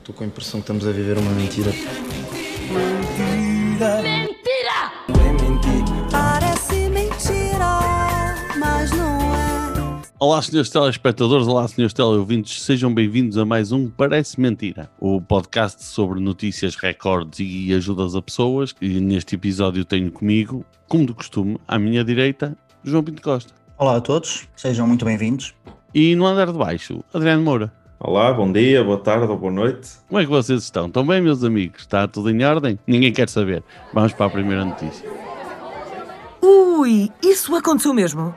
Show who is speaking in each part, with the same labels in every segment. Speaker 1: Estou com a impressão que estamos a viver uma mentira.
Speaker 2: Mentira!
Speaker 3: Parece mentira, mas não é.
Speaker 4: Olá, senhores telespectadores, olá, senhores teleouvintes, sejam bem-vindos a mais um Parece Mentira, o podcast sobre notícias, recordes e ajudas a pessoas. E neste episódio tenho comigo, como de costume, à minha direita, João Pinto Costa.
Speaker 5: Olá a todos, sejam muito bem-vindos.
Speaker 4: E no andar de baixo, Adriano Moura.
Speaker 6: Olá, bom dia, boa tarde ou boa noite.
Speaker 4: Como é que vocês estão? Estão bem, meus amigos? Está tudo em ordem? Ninguém quer saber. Vamos para a primeira notícia.
Speaker 7: Ui, isso aconteceu mesmo.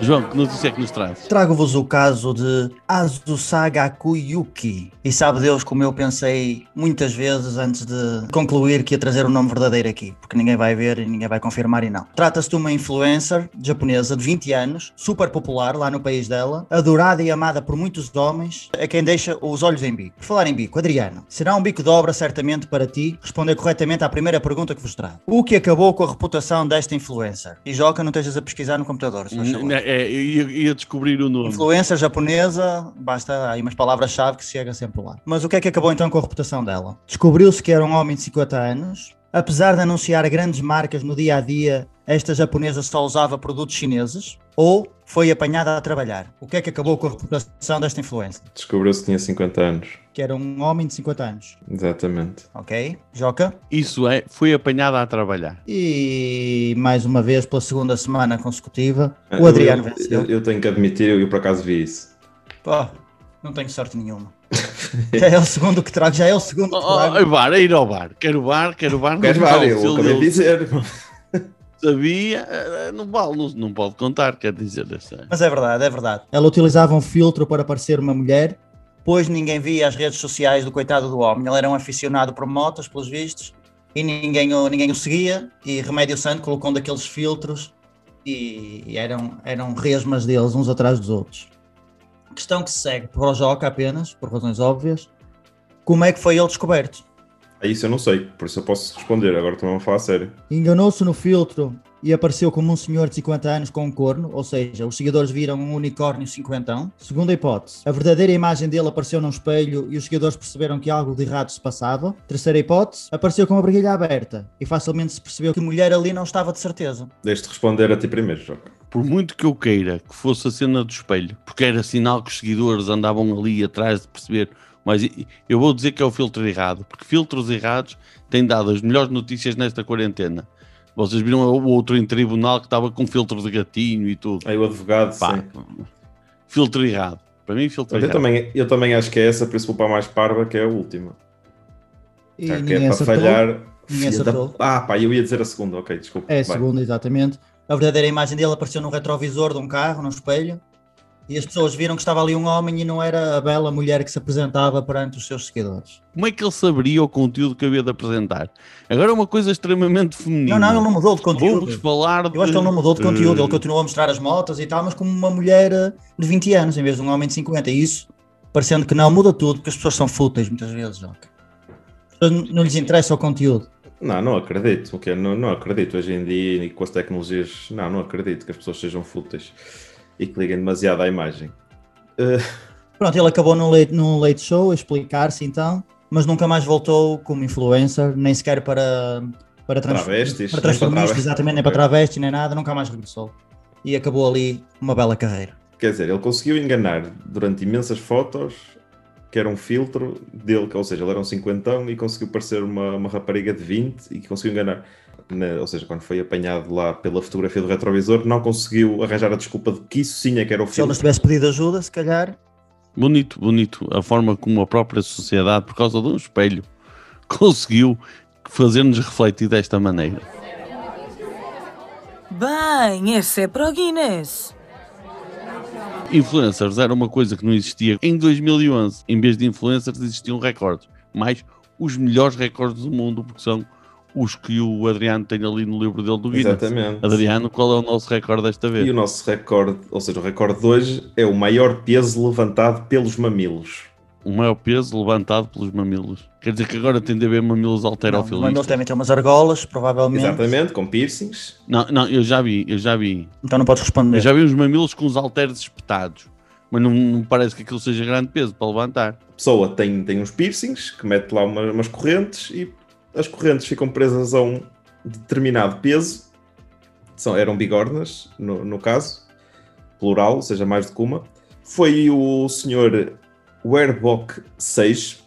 Speaker 4: João, que notícia é que nos trazes?
Speaker 5: Trago-vos o caso de Azusaga Akuyuki. E sabe Deus como eu pensei muitas vezes antes de concluir que ia trazer o nome verdadeiro aqui, porque ninguém vai ver e ninguém vai confirmar e não. Trata-se de uma influencer japonesa de 20 anos, super popular lá no país dela, adorada e amada por muitos homens, a quem deixa os olhos em bico. Por falar em bico, Adriano, será um bico de obra certamente para ti responder corretamente à primeira pergunta que vos trago. O que acabou com a reputação desta influencer? E Joca, não estejas a pesquisar no computador, se faz favor.
Speaker 4: É, eu ia, ia descobrir o nome.
Speaker 5: Influencer japonesa, basta aí umas palavras-chave que chega sempre lá. Mas o que é que acabou então com a reputação dela? Descobriu-se que era um homem de 50 anos. Apesar de anunciar grandes marcas no dia a dia, esta japonesa só usava produtos chineses ou foi apanhada a trabalhar. O que é que acabou com a reputação desta influencer?
Speaker 6: Descobriu-se que tinha 50 anos.
Speaker 5: Que era um homem de 50 anos,
Speaker 6: Exatamente.
Speaker 5: ok? Joca?
Speaker 4: Isso é, foi apanhada a trabalhar.
Speaker 5: E mais uma vez, pela segunda semana consecutiva, o
Speaker 6: Eu-
Speaker 5: Adriano
Speaker 6: eu-
Speaker 5: venceu.
Speaker 6: Eu, eu tenho que admitir, eu, eu por acaso vi isso.
Speaker 5: Pá, não tenho sorte nenhuma. já é o segundo que trago, já é o segundo
Speaker 4: Oh,
Speaker 5: que trago.
Speaker 4: oh, bar, é ir ao bar. Quero bar, quero bar. não
Speaker 6: Queres
Speaker 4: vale.
Speaker 6: var,
Speaker 4: Se
Speaker 6: é eu
Speaker 4: ele-
Speaker 6: acabei de
Speaker 4: ele
Speaker 6: dizer.
Speaker 4: Sabia, eh, não vale, não, não pode contar, quer dizer. essa-
Speaker 5: Mas é verdade, é verdade. Ela utilizava um filtro para parecer uma mulher, pois ninguém via as redes sociais do coitado do homem. Ele era um aficionado por motas, pelos vistos, e ninguém o, ninguém o seguia. E Remédio Santo colocou um daqueles filtros e eram, eram resmas deles, uns atrás dos outros. Questão que se segue para o Joca apenas, por razões óbvias. Como é que foi ele descoberto?
Speaker 6: É isso eu não sei, por isso eu posso responder. Agora também vou falar a sério.
Speaker 5: Enganou-se no filtro e apareceu como um senhor de 50 anos com um corno, ou seja, os seguidores viram um unicórnio cinquentão. Segunda hipótese, a verdadeira imagem dele apareceu num espelho e os seguidores perceberam que algo de errado se passava. Terceira hipótese, apareceu com a barriga aberta e facilmente se percebeu que mulher ali não estava de certeza.
Speaker 6: Deixe-te responder a ti primeiro, Joca.
Speaker 4: Por muito que eu queira que fosse a cena do espelho, porque era sinal que os seguidores andavam ali atrás de perceber. Mas e- eu vou dizer que é o filtro errado, porque filtros errados têm dado as melhores notícias nesta quarentena. Vocês viram o outro em tribunal que estava com filtro de gatinho e tudo.
Speaker 6: Aí o advogado,
Speaker 4: Pá,
Speaker 6: sim.
Speaker 4: filtro errado. Para mim, filtro
Speaker 6: Mas então eu
Speaker 4: errado.
Speaker 6: também, eu também acho que é essa, por isso vou para a mais parva, que é a última.
Speaker 5: E
Speaker 6: Já que é
Speaker 5: ninguém
Speaker 6: para
Speaker 5: acertou.
Speaker 6: falhar.
Speaker 5: Ninguém
Speaker 6: Filha da-
Speaker 5: acertou.
Speaker 6: Ah, pá, eu ia dizer a segunda, ok, desculpa.
Speaker 5: É a
Speaker 6: Vai.
Speaker 5: segunda, exatamente. A verdadeira imagem dele apareceu no retrovisor de um carro, num espelho, e as pessoas viram que estava ali um homem e não era a bela mulher que se apresentava perante os seus seguidores.
Speaker 4: Como é que ele saberia o conteúdo que eu ia de apresentar? Agora é uma coisa extremamente feminina.
Speaker 5: Não, não, ele não mudou de
Speaker 4: Vou-vos
Speaker 5: conteúdo.
Speaker 4: falar
Speaker 5: Eu acho que ele não mudou de conteúdo, ele
Speaker 4: Eh,
Speaker 5: continuou a mostrar as motas e tal, mas como uma mulher eh, de 20 anos em vez de um homem de 50. E isso, parecendo que não, muda tudo, porque as pessoas são fúteis muitas vezes, Joca. As pessoas n- Não lhes interessa o conteúdo.
Speaker 6: Não, não acredito. O quê? Não, não acredito hoje em dia e com as tecnologias. Não, não acredito que as pessoas sejam fúteis e que liguem demasiado à imagem.
Speaker 5: Pronto, ele acabou num late, num late show a explicar-se então, mas nunca mais voltou como influencer, nem sequer para, para, trans-
Speaker 6: Travestis,
Speaker 5: para
Speaker 6: nem para
Speaker 5: transformistas,
Speaker 6: travestis.
Speaker 5: exatamente, nem para
Speaker 6: Ok.
Speaker 5: travesti, nem nada, nunca mais regressou. E acabou ali uma bela carreira.
Speaker 6: Quer dizer, ele conseguiu enganar durante imensas fotos que era um filtro dele, que- ou seja, ele era um cinquentão e conseguiu parecer uma, uma rapariga de 20 e que conseguiu enganar. Na- ou seja, quando foi apanhado lá pela fotografia do retrovisor, não conseguiu arranjar a desculpa de que isso sim é que era o
Speaker 5: Se ele nos
Speaker 6: filtro.
Speaker 5: tivesse pedido ajuda, se calhar,
Speaker 4: Bonito, bonito. A forma como a própria sociedade, por causa de um espelho, conseguiu fazer-nos refletir desta maneira.
Speaker 7: Bem, esse é para o Guinness.
Speaker 4: Influencers era uma coisa que não existia. Em 2011, em vez de influencers, existiam recordes. Mas os melhores recordes do mundo, porque são os que o Adriano tem ali no livro dele do Guinness.
Speaker 6: Exatamente.
Speaker 4: Adriano, qual é o nosso recorde desta vez?
Speaker 6: E o nosso recorde, ou seja, o recorde de hoje é o maior peso levantado pelos mamilos.
Speaker 4: o maior peso levantado pelos mamilos. Quer dizer que agora tem de haver mamilos
Speaker 5: não, os
Speaker 4: alterofilistas.
Speaker 5: mamilos devem ter umas argolas, provavelmente.
Speaker 6: Exatamente, com piercings.
Speaker 4: Não, não, eu já vi, eu já vi.
Speaker 5: Então não podes responder.
Speaker 4: Eu já vi uns mamilos com os halteres espetados. Mas não, não parece que aquilo seja grande peso para levantar.
Speaker 6: pessoa tem, tem uns piercings que mete lá uma- umas correntes e as correntes ficam presas a um determinado peso. São, eram bigornas, no, no caso, plural, ou seja, mais do que uma. Foi o senhor Werbock 6,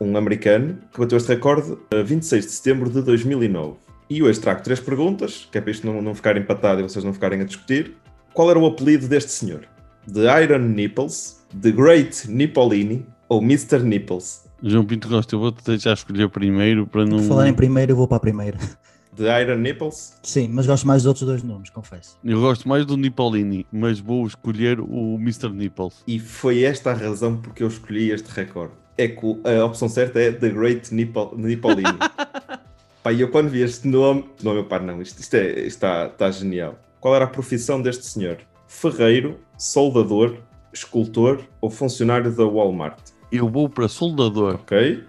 Speaker 6: um americano, que bateu este recorde a 26 de setembro de 2009. E hoje trago três perguntas, que é para isto não, não ficar empatado e vocês não ficarem a discutir. Qual era o apelido deste senhor? The Iron Nipples, The Great Nippolini ou Mr. Nipples?
Speaker 4: João Pinto Costa, eu vou-te deixar escolher primeiro para não.
Speaker 5: Por falar em primeiro, eu vou para a primeira.
Speaker 6: The Iron Nipples?
Speaker 5: Sim, mas gosto mais dos outros dois nomes, confesso.
Speaker 4: Eu gosto mais do Nipolini, mas vou escolher o Mr. Nipples.
Speaker 6: E foi esta a razão porque eu escolhi este recorde. É que o- a opção certa é The Great Nipol- Nippolini. Pai, eu quando vi este nome. Não, meu par, não. Isto, isto, é, isto está, está genial. Qual era a profissão deste senhor? Ferreiro, soldador, escultor ou funcionário da Walmart?
Speaker 4: Eu vou para Soldador.
Speaker 6: Ok?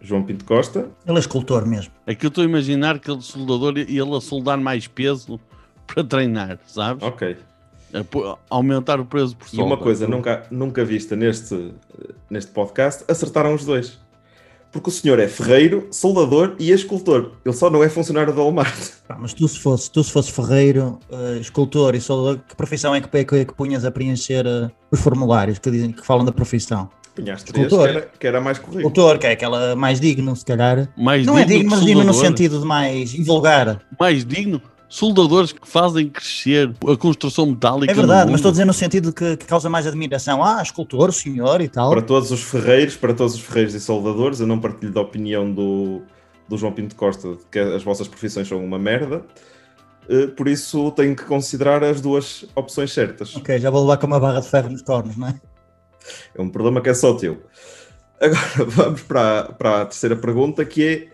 Speaker 6: João Pinto Costa.
Speaker 5: Ele é escultor mesmo.
Speaker 4: É que eu estou a imaginar aquele soldador e ele a soldar mais peso para treinar, sabes?
Speaker 6: Ok.
Speaker 4: A pô- aumentar o peso por
Speaker 6: E
Speaker 4: solda.
Speaker 6: uma coisa nunca, nunca vista neste, neste podcast, acertaram os dois. Porque o senhor é ferreiro, soldador e escultor. Ele só não é funcionário da Walmart.
Speaker 5: Pá, mas tu se fosse, tu se fosse ferreiro, eh, escultor e soldador, que profissão é que, é que, é que punhas a preencher eh, os formulários que, dizem, que falam da profissão?
Speaker 6: Punhaste três, que
Speaker 5: Escultor.
Speaker 6: era, que era mais corrido.
Speaker 5: Escultor, que é aquela mais digno, se calhar.
Speaker 4: Mais
Speaker 5: Não é digno,
Speaker 4: que
Speaker 5: mas digno no
Speaker 4: soldador.
Speaker 5: sentido de mais É vulgar.
Speaker 4: Mais digno. Soldadores que fazem crescer a construção metálica.
Speaker 5: É verdade,
Speaker 4: no
Speaker 5: mas estou a
Speaker 4: mundo.
Speaker 5: dizer no sentido que, que causa mais admiração. Ah, escultor, senhor e tal.
Speaker 6: Para todos os ferreiros, para todos os ferreiros e soldadores, eu não partilho da opinião do, do João Pinto Costa de que as vossas profissões são uma merda. Eh, Por isso tenho que considerar as duas opções certas.
Speaker 5: Ok, já vou levar com uma barra de ferro nos cornos, não é?
Speaker 6: É um problema que é só teu. Agora vamos para, a- para a terceira pergunta, que é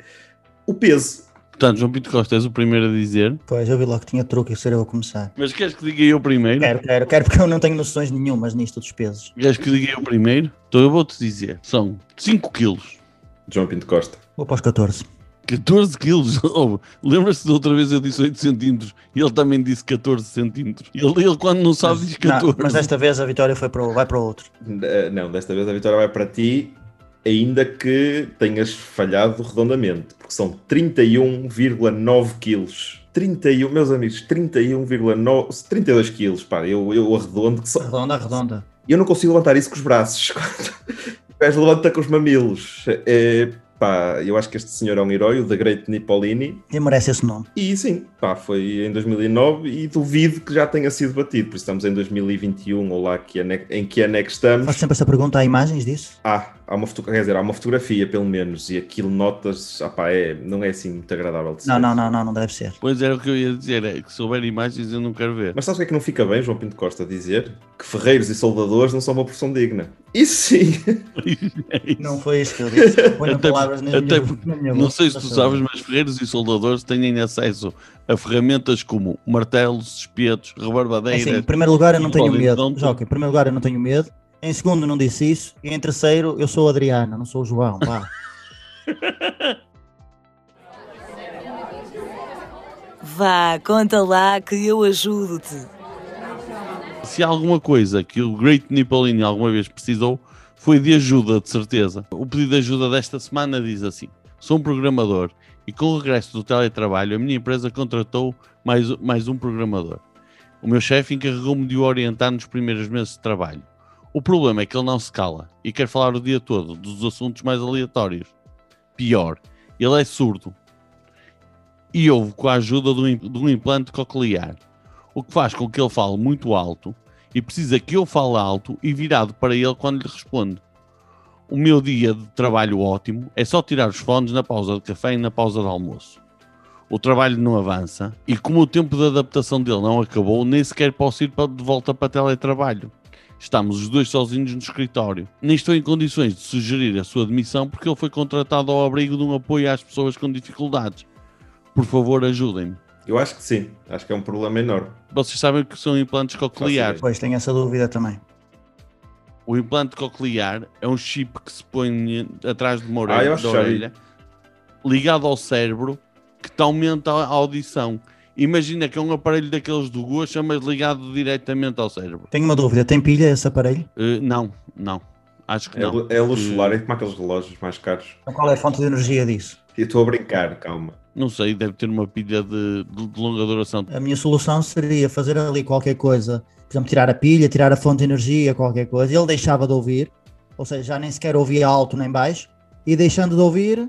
Speaker 6: o peso.
Speaker 4: Portanto, João Pinto Costa és o primeiro a dizer.
Speaker 5: Pois, eu vi logo que tinha truque e ser eu a começar.
Speaker 4: Mas queres que diga eu primeiro?
Speaker 5: Quero, quero, quero, porque eu não tenho noções nenhumas nisto dos pesos.
Speaker 4: Queres que diga eu primeiro? Então eu vou-te dizer. São 5 quilos.
Speaker 6: João Pinto Costa.
Speaker 5: Vou para os 14.
Speaker 4: 14 quilos. Oh, Lembra-se da outra vez eu disse 8 centímetros e ele também disse 14 centímetros. Ele, ele quando não sabe diz
Speaker 5: Não,
Speaker 4: 14.
Speaker 5: mas desta vez a vitória foi para o, vai para o outro.
Speaker 6: Eh, Não, desta vez a vitória vai para ti, ainda que tenhas falhado redondamente, porque são 31,9 quilos. 31, meus amigos, 31,9, 32 quilos, pá, eu, eu arredondo que só,
Speaker 5: Redonda, redonda.
Speaker 6: eu não consigo levantar isso com os braços. O gajo levanta com os mamilos. É, pá, eu acho que este senhor é um herói, o da Great Nipolini.
Speaker 5: E merece esse nome.
Speaker 6: E sim, pá, foi em 2009 e duvido que já tenha sido batido, por isso estamos em 2021 ou lá que ano é- em que ano é que estamos.
Speaker 5: Faço sempre esta pergunta, há imagens disso?
Speaker 6: Há, Ah, há uma foto, quer dizer, há uma fotografia pelo menos e aquilo notas, ah pá, é, não é assim muito agradável de se
Speaker 5: Não,
Speaker 6: ver.
Speaker 5: não, não, não, não deve ser.
Speaker 4: Pois era o que eu ia dizer, é que se houver imagens eu não quero ver.
Speaker 6: Mas sabes o que é que não fica bem, João Pinto Costa, dizer que ferreiros e soldadores não são uma profissão digna? Isso sim!
Speaker 5: Não foi isso que eu disse. Ponho
Speaker 4: Até-
Speaker 5: palavras nas
Speaker 4: até
Speaker 5: minhas-
Speaker 4: porque-
Speaker 5: na minha
Speaker 4: Não
Speaker 5: boca,
Speaker 4: sei se tu
Speaker 5: faço-
Speaker 4: sabes, mas ferreiros e soldadores têm acesso a ferramentas como martelos, espetos, rebarbadeiras.
Speaker 5: Assim, em primeiro lugar, eu não
Speaker 4: E
Speaker 5: tenho
Speaker 4: podem,
Speaker 5: medo.
Speaker 4: dão-
Speaker 5: Já, ok, em primeiro lugar, eu não tenho medo. Em segundo, não disse isso. E em terceiro, eu sou o Adriano, não sou o João. Vá.
Speaker 7: Vá, conta lá que eu ajudo-te.
Speaker 4: Se há alguma coisa que o Great Nipolini alguma vez precisou, foi de ajuda, de certeza. O pedido de ajuda desta semana diz assim: Sou um programador e com o regresso do teletrabalho, a minha empresa contratou mais, mais um programador. O meu chefe encarregou-me de o orientar nos primeiros meses de trabalho. O problema é que ele não se cala e quer falar o dia todo dos assuntos mais aleatórios. Pior, ele é surdo e ouve com a ajuda de um im- de um implante coclear o que faz com que ele fale muito alto e precisa que eu fale alto e virado para ele quando lhe respondo. O meu dia de trabalho ótimo é só tirar os fones na pausa de café e na pausa de almoço. O trabalho não avança e, como o tempo de adaptação dele não acabou, nem sequer posso ir pa- de volta para teletrabalho. Estamos os dois sozinhos no escritório. Nem estou em condições de sugerir a sua demissão porque ele foi contratado ao abrigo de um apoio às pessoas com dificuldades. Por favor, ajudem-me.
Speaker 6: Eu acho que sim, acho que é um problema enorme.
Speaker 4: Vocês sabem o que são implantes cocleares.
Speaker 5: Pois, tenho essa dúvida também.
Speaker 4: O implante coclear é um chip que se põe atrás de uma orelha,
Speaker 6: Ah, eu acho
Speaker 4: da
Speaker 6: que já vi.
Speaker 4: orelha, ligado ao cérebro que te aumenta a audição. Imagina que é um aparelho daqueles do Gosta, mas ligado diretamente ao cérebro.
Speaker 5: Tenho uma dúvida. Tem pilha esse aparelho?
Speaker 4: Eh, não, não. Acho que
Speaker 6: É,
Speaker 4: não.
Speaker 6: lu- é luz solar, é como aqueles relógios mais caros.
Speaker 5: Então qual é a fonte de energia disso?
Speaker 6: E estou a brincar, calma.
Speaker 4: Não sei, deve ter uma pilha de, de- de longa duração.
Speaker 5: A minha solução seria fazer ali qualquer coisa, por exemplo, tirar a pilha, tirar a fonte de energia, qualquer coisa. Ele deixava de ouvir, ou seja, já nem sequer ouvia alto nem baixo, e deixando de ouvir,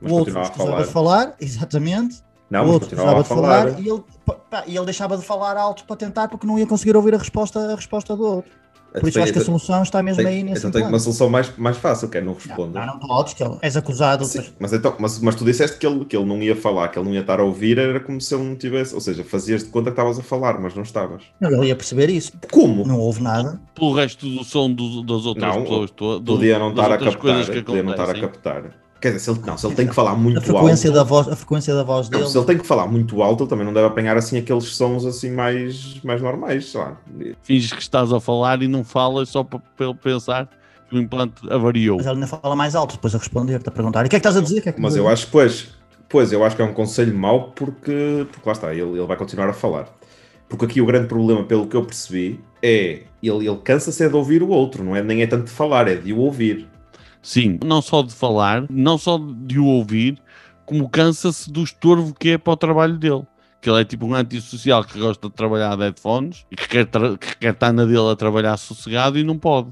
Speaker 6: Mas
Speaker 5: o outro
Speaker 6: continuava a
Speaker 5: precisava
Speaker 6: falar.
Speaker 5: de falar, exatamente,
Speaker 6: Não,
Speaker 5: o
Speaker 6: mas
Speaker 5: outro
Speaker 6: continuava
Speaker 5: precisava
Speaker 6: a
Speaker 5: de falar,
Speaker 6: falar.
Speaker 5: e, ele, pá, pá, e ele deixava de falar alto para tentar porque não ia conseguir ouvir a resposta, a resposta do outro. Por isso
Speaker 6: Então,
Speaker 5: acho que a solução está mesmo
Speaker 6: tenho-
Speaker 5: aí nesse
Speaker 6: Então tenho
Speaker 5: plano.
Speaker 6: uma solução mais, mais fácil, que é não
Speaker 5: Não,
Speaker 6: responder.
Speaker 5: não, não podes, que ele- és acusado.
Speaker 6: Sim, mas, então, mas, mas tu disseste que ele, que ele não ia falar, que ele não ia estar a ouvir, era como se ele não tivesse. Ou seja, fazias de conta que estavas a falar, mas não estavas.
Speaker 5: Ele ia perceber isso.
Speaker 6: Como?
Speaker 5: Não houve nada.
Speaker 4: Pelo resto do som do- das outras
Speaker 6: Não,
Speaker 4: pessoas, to- do-
Speaker 6: podia não
Speaker 4: das
Speaker 6: estar a
Speaker 4: outras coisas que
Speaker 6: captar. Podia não estar a
Speaker 4: acontecem.
Speaker 6: captar. Quer dizer, se ele, não, se ele tem que falar muito
Speaker 5: A frequência,
Speaker 6: alto.
Speaker 5: da voz, a frequência da voz
Speaker 6: Não,
Speaker 5: dele.
Speaker 6: se ele tem que falar muito alto, ele também não deve apanhar assim aqueles sons assim mais, mais normais, sei lá.
Speaker 4: Finges que estás a falar e não falas só para ele pensar que o implante avariou.
Speaker 5: Mas ele ainda fala mais alto depois a responder-te, a perguntar. E o que é que estás a dizer? O que é que
Speaker 6: Tipo- Mas eu acho, pois, pois, eu acho que é um conselho mau porque, porque lá está, ele, ele vai continuar a falar. Porque aqui o grande problema, pelo que eu percebi, é ele, ele cansa-se é de ouvir o outro, não é? Nem é tanto de falar, é de o ouvir.
Speaker 4: Sim, não só de falar, não só de o ouvir, como cansa-se do estorvo que é para o trabalho dele. Que ele é tipo um antissocial que gosta de trabalhar de headphones e que quer, tra- que quer estar na dele a trabalhar sossegado e não pode.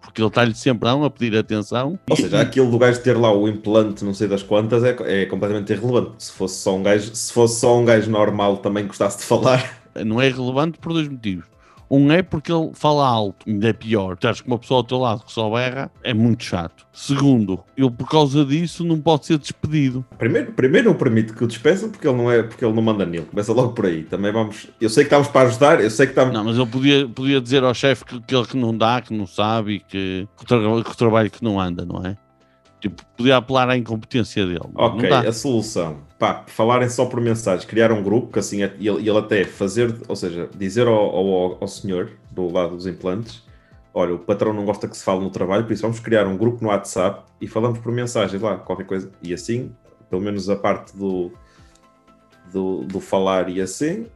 Speaker 4: Porque ele está-lhe sempre não, a pedir atenção.
Speaker 6: Ou seja, aquilo do gajo ter lá o implante, não sei das quantas, é, é completamente irrelevante. Se fosse só um gajo, se fosse só um gajo normal também que gostasse de falar,
Speaker 4: não é relevante por dois motivos. Um é porque ele fala alto, ainda é pior. Estás com uma pessoa ao teu lado que só berra, é muito chato. Segundo, ele por causa disso não pode ser despedido.
Speaker 6: primeiro, primeiro não permite que o despeçam porque ele não é, porque ele não manda nele. Começa logo por aí. Também vamos, eu sei que estamos para ajudar, eu sei que estamos
Speaker 4: Não, mas ele podia, podia dizer ao chefe que, que ele que não dá, que não sabe e que, que, o tra- que o trabalho que não anda, não é? Tipo, podia apelar à incompetência dele.
Speaker 6: Ok,
Speaker 4: Não dá.
Speaker 6: a solução. Pá, falarem só por mensagem, criar um grupo, que assim ele, ele até fazer, ou seja, dizer ao, ao, ao senhor do lado dos implantes: olha, o patrão não gosta que se fale no trabalho, por isso vamos criar um grupo no WhatsApp e falamos por mensagem lá, qualquer coisa. E assim, pelo menos a parte do, do, do falar e assim,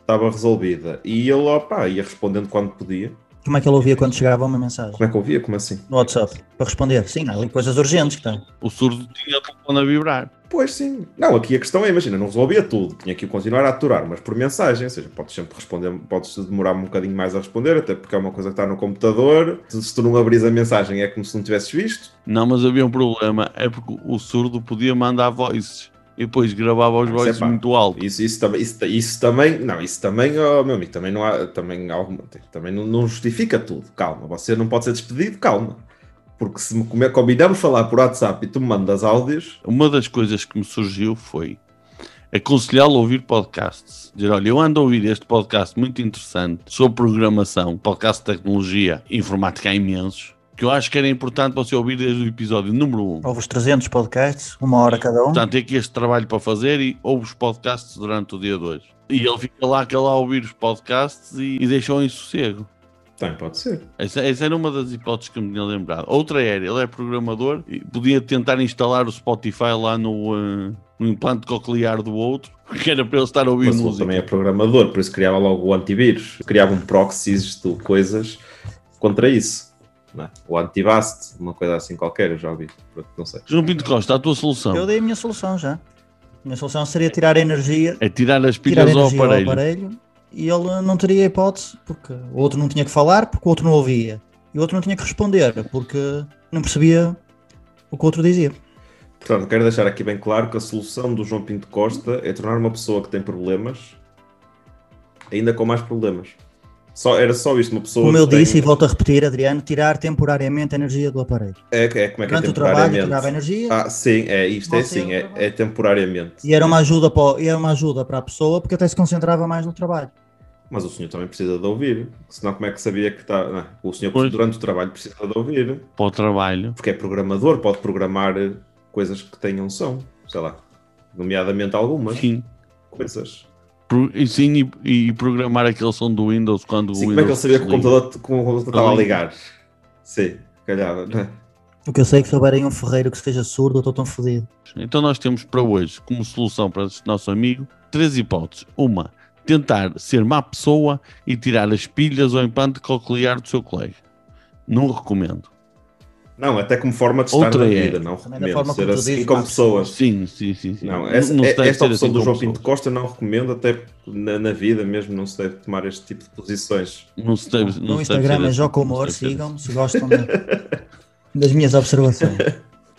Speaker 6: estava resolvida. E ele, opá, ia respondendo quando podia.
Speaker 5: Como é que ele ouvia quando chegava uma mensagem?
Speaker 6: Como é que ouvia? Como assim?
Speaker 5: No WhatsApp, para responder. Sim, há ali coisas urgentes tá? que tem.
Speaker 4: O surdo tinha o telefone a vibrar.
Speaker 6: Pois sim. Não, aqui a questão é, imagina, não resolvia tudo, tinha que o continuar a aturar, mas por mensagem, ou seja, podes sempre responder, podes demorar um bocadinho mais a responder, até porque é uma coisa que está no computador, se se tu não abris a mensagem é como se não tivesses visto.
Speaker 4: Não, mas havia um problema. É porque o surdo podia mandar voices e depois gravava os
Speaker 6: Isso é
Speaker 4: voices
Speaker 6: pá.
Speaker 4: muito alto.
Speaker 6: Isso, isso, também, isso, isso também, não, isso também, oh, meu amigo, também não há, também, há alguma, também não, não justifica tudo, calma, você não pode ser despedido, calma. Porque se me come- combinamos falar por WhatsApp e tu me mandas áudios,
Speaker 4: Uma das coisas que me surgiu foi aconselhá-lo a ouvir podcasts. Dizer, olha, eu ando a ouvir este podcast muito interessante sobre programação, podcast de tecnologia, informática há imensos, que eu acho que era importante você ouvir desde o episódio número 1.
Speaker 5: Houve os 300 podcasts, uma hora cada um.
Speaker 4: Portanto, tem aqui este trabalho para fazer e ouve os podcasts durante o dia 2. E ele fica lá, que é lá a ouvir os podcasts e, e deixou em sossego.
Speaker 6: também pode ser.
Speaker 4: Essa, essa era uma das hipóteses que me tinha lembrado. Outra era, ele é programador e podia tentar instalar o Spotify lá no, eh, no implante coclear do outro, que era para ele estar a ouvir
Speaker 6: Mas o outro
Speaker 4: música.
Speaker 6: também é programador, por isso criava logo o antivírus. Criava um proxies de coisas contra isso. não é? O antivast, uma coisa assim qualquer, eu já ouvi. Pronto, Não sei.
Speaker 4: João Pinto Costa, a tua solução
Speaker 5: Eu dei a minha solução já. A minha solução seria tirar a energia,
Speaker 4: é tirar as pilhas
Speaker 5: tirar a
Speaker 4: ao
Speaker 5: energia
Speaker 4: aparelho.
Speaker 5: ao aparelho e ele não teria hipótese, porque o outro não tinha que falar, porque o outro não ouvia. E o outro não tinha que responder, porque não percebia o que o outro dizia.
Speaker 6: Portanto, quero deixar aqui bem claro que a solução do João Pinto Costa é tornar uma pessoa que tem problemas ainda com mais problemas. Só, era só isto, uma pessoa.
Speaker 5: Como eu
Speaker 6: que tem-
Speaker 5: disse, e volto a repetir, Adriano, tirar temporariamente a energia do aparelho.
Speaker 6: É, é como é que é
Speaker 5: Durante o trabalho, tirava a
Speaker 6: temporariamente.
Speaker 5: energia
Speaker 6: Ah, sim, é isto, é
Speaker 5: Você um
Speaker 6: sim, é,
Speaker 5: trabalha.
Speaker 6: é temporariamente.
Speaker 5: e era uma, ajuda para, o- e era uma ajuda para a pessoa, porque até se concentrava mais no trabalho.
Speaker 6: Mas o senhor também precisa de ouvir. Senão, como é que sabia que está. Não, o senhor,
Speaker 4: Pois.
Speaker 6: durante o trabalho, precisa de ouvir.
Speaker 4: Para o trabalho.
Speaker 6: porque é programador, pode programar eh, coisas que tenham som, sei lá, nomeadamente algumas
Speaker 4: Sim.
Speaker 6: coisas.
Speaker 4: Pro- e sim, e, e programar aquele som do Windows quando
Speaker 6: Sim,
Speaker 4: o Windows.
Speaker 6: como é que ele sabia que o
Speaker 4: se liga.
Speaker 6: computador, como o
Speaker 4: Ah,
Speaker 6: computador estava a
Speaker 4: liga.
Speaker 6: ligar? Sim, calhava. né?
Speaker 5: O que eu sei é que se houverem um ferreiro que seja surdo, eu estou tão fodido.
Speaker 4: Então nós temos para hoje, como solução para este nosso amigo, três hipóteses. Uma, tentar ser má pessoa e tirar as pilhas ou implante coclear do seu colega. Não recomendo.
Speaker 6: Não, até como forma de estar
Speaker 4: Outra
Speaker 6: na
Speaker 4: é-
Speaker 6: vida, não
Speaker 5: Também da
Speaker 6: recomendo
Speaker 5: forma
Speaker 6: ser
Speaker 5: como tu
Speaker 6: assim
Speaker 5: dizes,
Speaker 6: como
Speaker 5: Marcos.
Speaker 6: pessoas.
Speaker 4: Sim, sim, sim. sim.
Speaker 6: Não, essa, é
Speaker 4: se deve
Speaker 6: esta
Speaker 4: ser
Speaker 6: opção
Speaker 4: assim
Speaker 6: do
Speaker 4: como
Speaker 6: João Pinto
Speaker 4: pessoa.
Speaker 6: Costa não recomendo, até na, na vida mesmo não se deve tomar este tipo de posições.
Speaker 4: Não se deve, não
Speaker 5: no
Speaker 4: se deve ser
Speaker 5: Instagram é
Speaker 4: assim,
Speaker 5: Joca
Speaker 4: não se
Speaker 5: Humor,
Speaker 4: deve ser assim.
Speaker 5: sigam se gostam da- das minhas observações.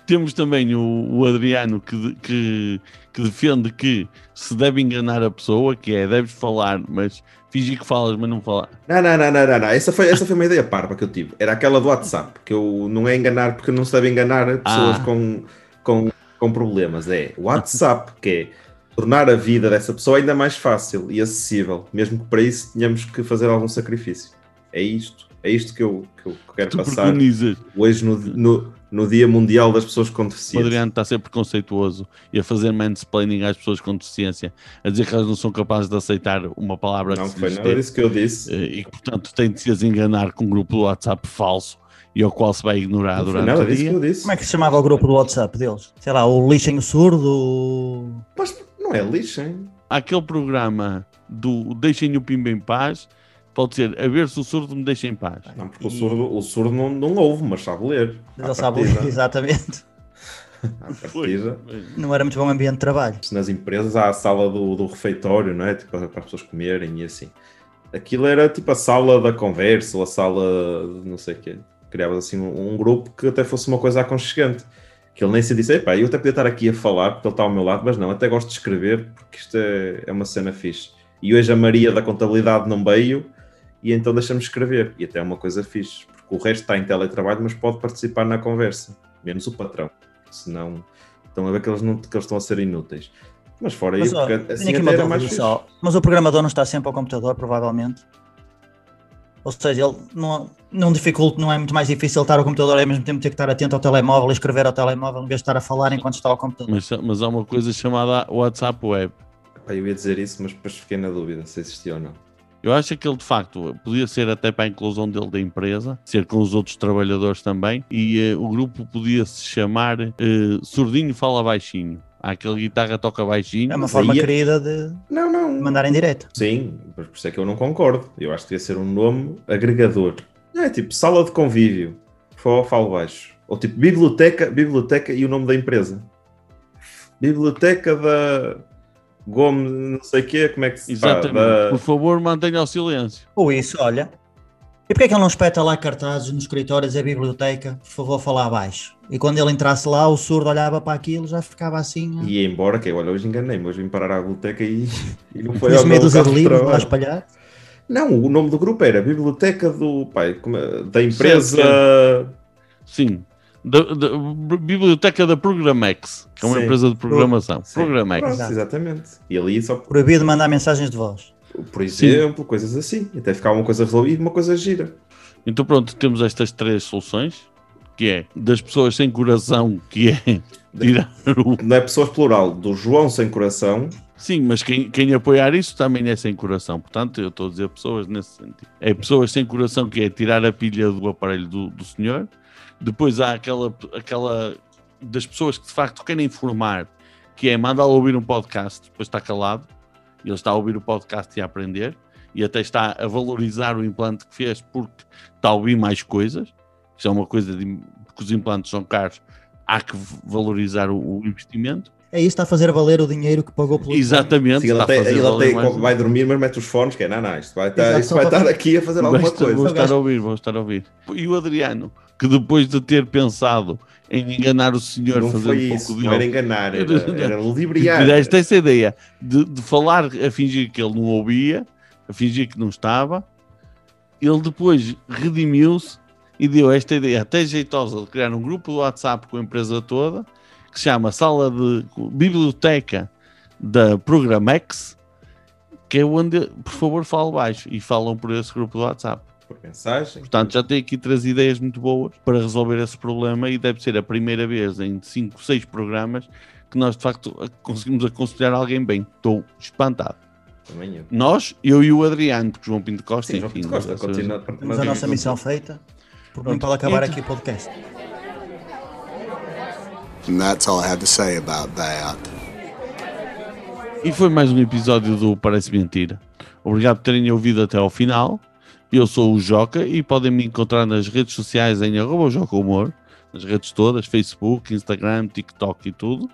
Speaker 4: Temos também o, o Adriano que, de- que, que defende que se deve enganar a pessoa, que é deves falar, mas fingir que falas, mas não falar.
Speaker 6: Não, não, não, não, não, não. Essa foi, essa foi uma ideia parva que eu tive. Era aquela do WhatsApp, que eu não é enganar porque não se deve enganar pessoas
Speaker 4: Ah.
Speaker 6: com, com, com problemas. É o WhatsApp, que é tornar a vida dessa pessoa ainda mais fácil e acessível, mesmo que para isso tenhamos que fazer algum sacrifício. É isto, é isto que eu, que eu quero
Speaker 4: Tu um
Speaker 6: passar
Speaker 4: preconizas.
Speaker 6: hoje no, no, no Dia Mundial das Pessoas com
Speaker 4: O
Speaker 6: Deficiência.
Speaker 4: Adriano está a ser preconceituoso e a fazer mansplaining às pessoas com deficiência, a dizer que elas não são capazes de aceitar uma palavra
Speaker 6: Não
Speaker 4: que se
Speaker 6: foi
Speaker 4: lhes
Speaker 6: nada
Speaker 4: dê,
Speaker 6: disso que eu disse.
Speaker 4: eh, e que, portanto, tem de se as enganar com um grupo do WhatsApp falso e ao qual se vai ignorar
Speaker 6: Não foi
Speaker 4: durante
Speaker 6: nada
Speaker 4: o
Speaker 6: disso que
Speaker 4: dia.
Speaker 6: eu disse.
Speaker 5: Como é que se chamava o grupo do WhatsApp deles? Sei lá, o Lixem o Surdo. o-
Speaker 6: Mas não é lixo, hein?
Speaker 4: Há Aquele programa do Deixem o Pimba em Paz pode ser A ver se o surdo me deixa em paz.
Speaker 6: Não, porque o surdo, o surdo não, não ouve, mas sabe ler.
Speaker 5: Mas
Speaker 6: À
Speaker 5: ele sabe,
Speaker 6: partida-
Speaker 5: exatamente.
Speaker 6: à partida.
Speaker 5: Não era muito bom ambiente de trabalho.
Speaker 6: Ah, Se Nas empresas há a sala do, do refeitório, não é? Tipo, para as pessoas comerem e assim. Aquilo era tipo a sala da conversa ou a sala de não sei o quê. Criavas assim um, um grupo que até fosse uma coisa aconchegante. Que ele nem se disse, epá, eu até podia estar aqui a falar porque ele está ao meu lado, mas não, até gosto de escrever porque isto é, é uma cena fixe. E hoje a Maria da contabilidade não veio e então deixamos escrever. E até é uma coisa fixe, porque o resto está em teletrabalho, mas pode participar na conversa, menos o patrão. Senão estão a ver que eles, não, que eles estão a ser inúteis. Mas fora
Speaker 5: Mas,
Speaker 6: isso,
Speaker 5: ó,
Speaker 6: porque
Speaker 5: tenho
Speaker 6: assim
Speaker 5: aqui
Speaker 6: até
Speaker 5: uma
Speaker 6: era
Speaker 5: dúvida
Speaker 6: mais fixe.
Speaker 5: só. Mas o programador não está sempre ao computador, provavelmente. Ou seja, ele não, não dificulta, não é muito mais difícil estar ao computador e ao mesmo tempo ter que estar atento ao telemóvel e escrever ao telemóvel em vez de estar a falar enquanto está ao computador.
Speaker 4: Mas, mas há uma coisa chamada WhatsApp Web.
Speaker 6: Pá, eu ia dizer isso, mas depois fiquei na dúvida se existia ou não.
Speaker 4: Eu acho que ele de facto podia ser até para a inclusão dele da empresa, ser com os outros trabalhadores também, e eh, o grupo podia se chamar eh, Surdinho Fala Baixinho. Há aquele guitarra toca baixinho.
Speaker 5: É uma
Speaker 6: mas
Speaker 5: forma
Speaker 6: aí é-
Speaker 5: querida de
Speaker 6: Não, não.
Speaker 5: mandar em direto.
Speaker 6: Sim, mas por isso é que eu não concordo. Eu acho que devia ser um nome agregador. Não, é tipo sala de convívio. Fó- Falo baixo. Ou tipo biblioteca, biblioteca e o nome da empresa. Biblioteca da Gomes, não sei o quê, como é que se fala?
Speaker 4: Exatamente. Por favor, mantenha o silêncio.
Speaker 5: Ou isso, olha. E porquê é que ele não espeta lá cartazes nos escritórios da biblioteca, por favor, falar abaixo? E quando ele entrasse lá, o surdo olhava para aquilo, já ficava assim. ó.
Speaker 6: E ia embora, que eu, olha, hoje enganei-me, hoje vim parar à biblioteca e, e não foi
Speaker 5: Tinhas
Speaker 6: ao meu
Speaker 5: medo de
Speaker 6: local de
Speaker 5: livros lá a
Speaker 6: trabalho.
Speaker 5: espalhar?
Speaker 6: Não, o nome do grupo era Biblioteca do Pai, como é- da empresa.
Speaker 4: Sim. Da, da- Biblioteca da Programex, que é uma
Speaker 6: Sim.
Speaker 4: empresa de programação.
Speaker 6: Sim.
Speaker 4: Programex.
Speaker 6: Pronto, exatamente. E ali só
Speaker 5: Proibido de mandar mensagens de voz.
Speaker 6: por exemplo, coisas assim. Até ficar uma coisa resolvida e uma coisa gira.
Speaker 4: Então pronto, temos estas três soluções, que é das pessoas sem coração, que é tirar o...
Speaker 6: Não é pessoas plural, do João sem coração.
Speaker 4: Sim, mas quem, quem apoiar isso também é sem coração. Portanto, eu estou a dizer pessoas nesse sentido. É pessoas sem coração que é tirar a pilha do aparelho do, do senhor. Depois há aquela, aquela das pessoas que de facto querem informar, que é mandá-lo ouvir um podcast, depois está calado, e ele está a ouvir o podcast e a aprender, e até está a valorizar o implante que fez porque está a ouvir mais coisas. Isso é uma coisa de, porque os implantes são caros, há que valorizar o, o investimento.
Speaker 5: É isso, está a fazer valer o dinheiro que pagou pelo.
Speaker 4: Exatamente.
Speaker 6: Sim, ele
Speaker 4: está a
Speaker 6: até,
Speaker 4: fazer
Speaker 6: ele
Speaker 4: valer
Speaker 6: até
Speaker 4: tá mais-
Speaker 6: vai dormir, mas mete os fones, que é, não, não, isto vai estar,
Speaker 5: Exato,
Speaker 6: isto
Speaker 5: só
Speaker 6: vai
Speaker 5: para-
Speaker 6: estar aqui a fazer alguma
Speaker 4: Vais- Vou
Speaker 6: coisa.
Speaker 4: estar a ouvir, vou estar a ouvir. E o Adriano, que depois de ter pensado em enganar o senhor,
Speaker 6: Não
Speaker 4: fazendo
Speaker 6: foi
Speaker 4: um
Speaker 6: isso,
Speaker 4: pouco
Speaker 6: não era
Speaker 4: de Tipo,
Speaker 6: enganar, era, era ludibriar.
Speaker 4: Tiveste essa ideia de, de falar a fingir que ele não ouvia, a fingir que não estava. Ele depois redimiu-se e deu esta ideia até jeitosa de criar um grupo do WhatsApp com a empresa toda, que se chama Sala de Biblioteca da Programex, que é onde, por favor, falo baixo. E falam por esse grupo do WhatsApp.
Speaker 6: Por mensagem.
Speaker 4: Portanto, já tem aqui três ideias muito boas para resolver esse problema e deve ser a primeira vez em 5, 6 programas que nós de facto conseguimos aconselhar alguém bem. Estou espantado.
Speaker 6: Também eu.
Speaker 4: Nós, eu e o Adriano, porque João Pinto Costa,
Speaker 6: Sim, João Pinto Costa,
Speaker 4: essas-
Speaker 6: continua.
Speaker 5: Temos a nossa missão feita. Por mim, pode acabar aqui o podcast.
Speaker 2: And that's all I have to say about that.
Speaker 4: E foi mais um episódio do Parece Mentira. Obrigado por terem ouvido até ao final. Eu sou o Joca e podem me encontrar nas redes sociais em arroba Joca Humor, nas redes todas, Facebook, Instagram, TikTok e tudo.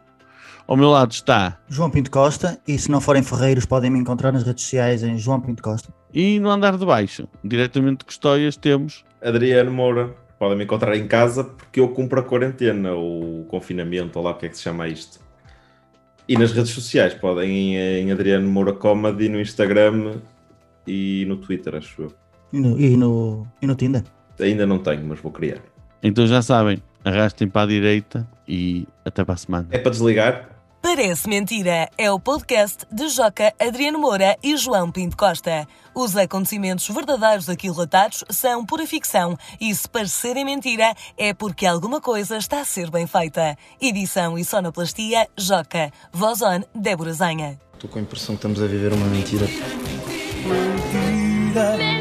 Speaker 4: Ao meu lado está.
Speaker 5: João Pinto Costa, e se não forem ferreiros podem me encontrar nas redes sociais em João Pinto Costa.
Speaker 4: E no andar de baixo, diretamente de Custóias, temos.
Speaker 6: Adriano Moura. Podem me encontrar em casa porque eu cumpro a quarentena ou o confinamento, ou lá o que é que se chama isto. E nas redes sociais, podem ir em Adriano Moura Comedy no Instagram e no Twitter, acho eu.
Speaker 5: E no, e no, e no Tinder.
Speaker 6: Ainda não tenho, mas vou criar.
Speaker 4: Então já sabem, arrastem para a direita e até para a semana.
Speaker 6: É para desligar?
Speaker 7: Parece Mentira é o podcast de Joca, Adriano Moura e João Pinto Costa. Os acontecimentos verdadeiros aqui relatados são pura ficção e se parecerem mentira é porque alguma coisa está a ser bem feita. Edição e sonoplastia Joca. Voz on Débora Zanha.
Speaker 1: Estou com a impressão que estamos a viver uma mentira.
Speaker 3: Mentira.
Speaker 7: é.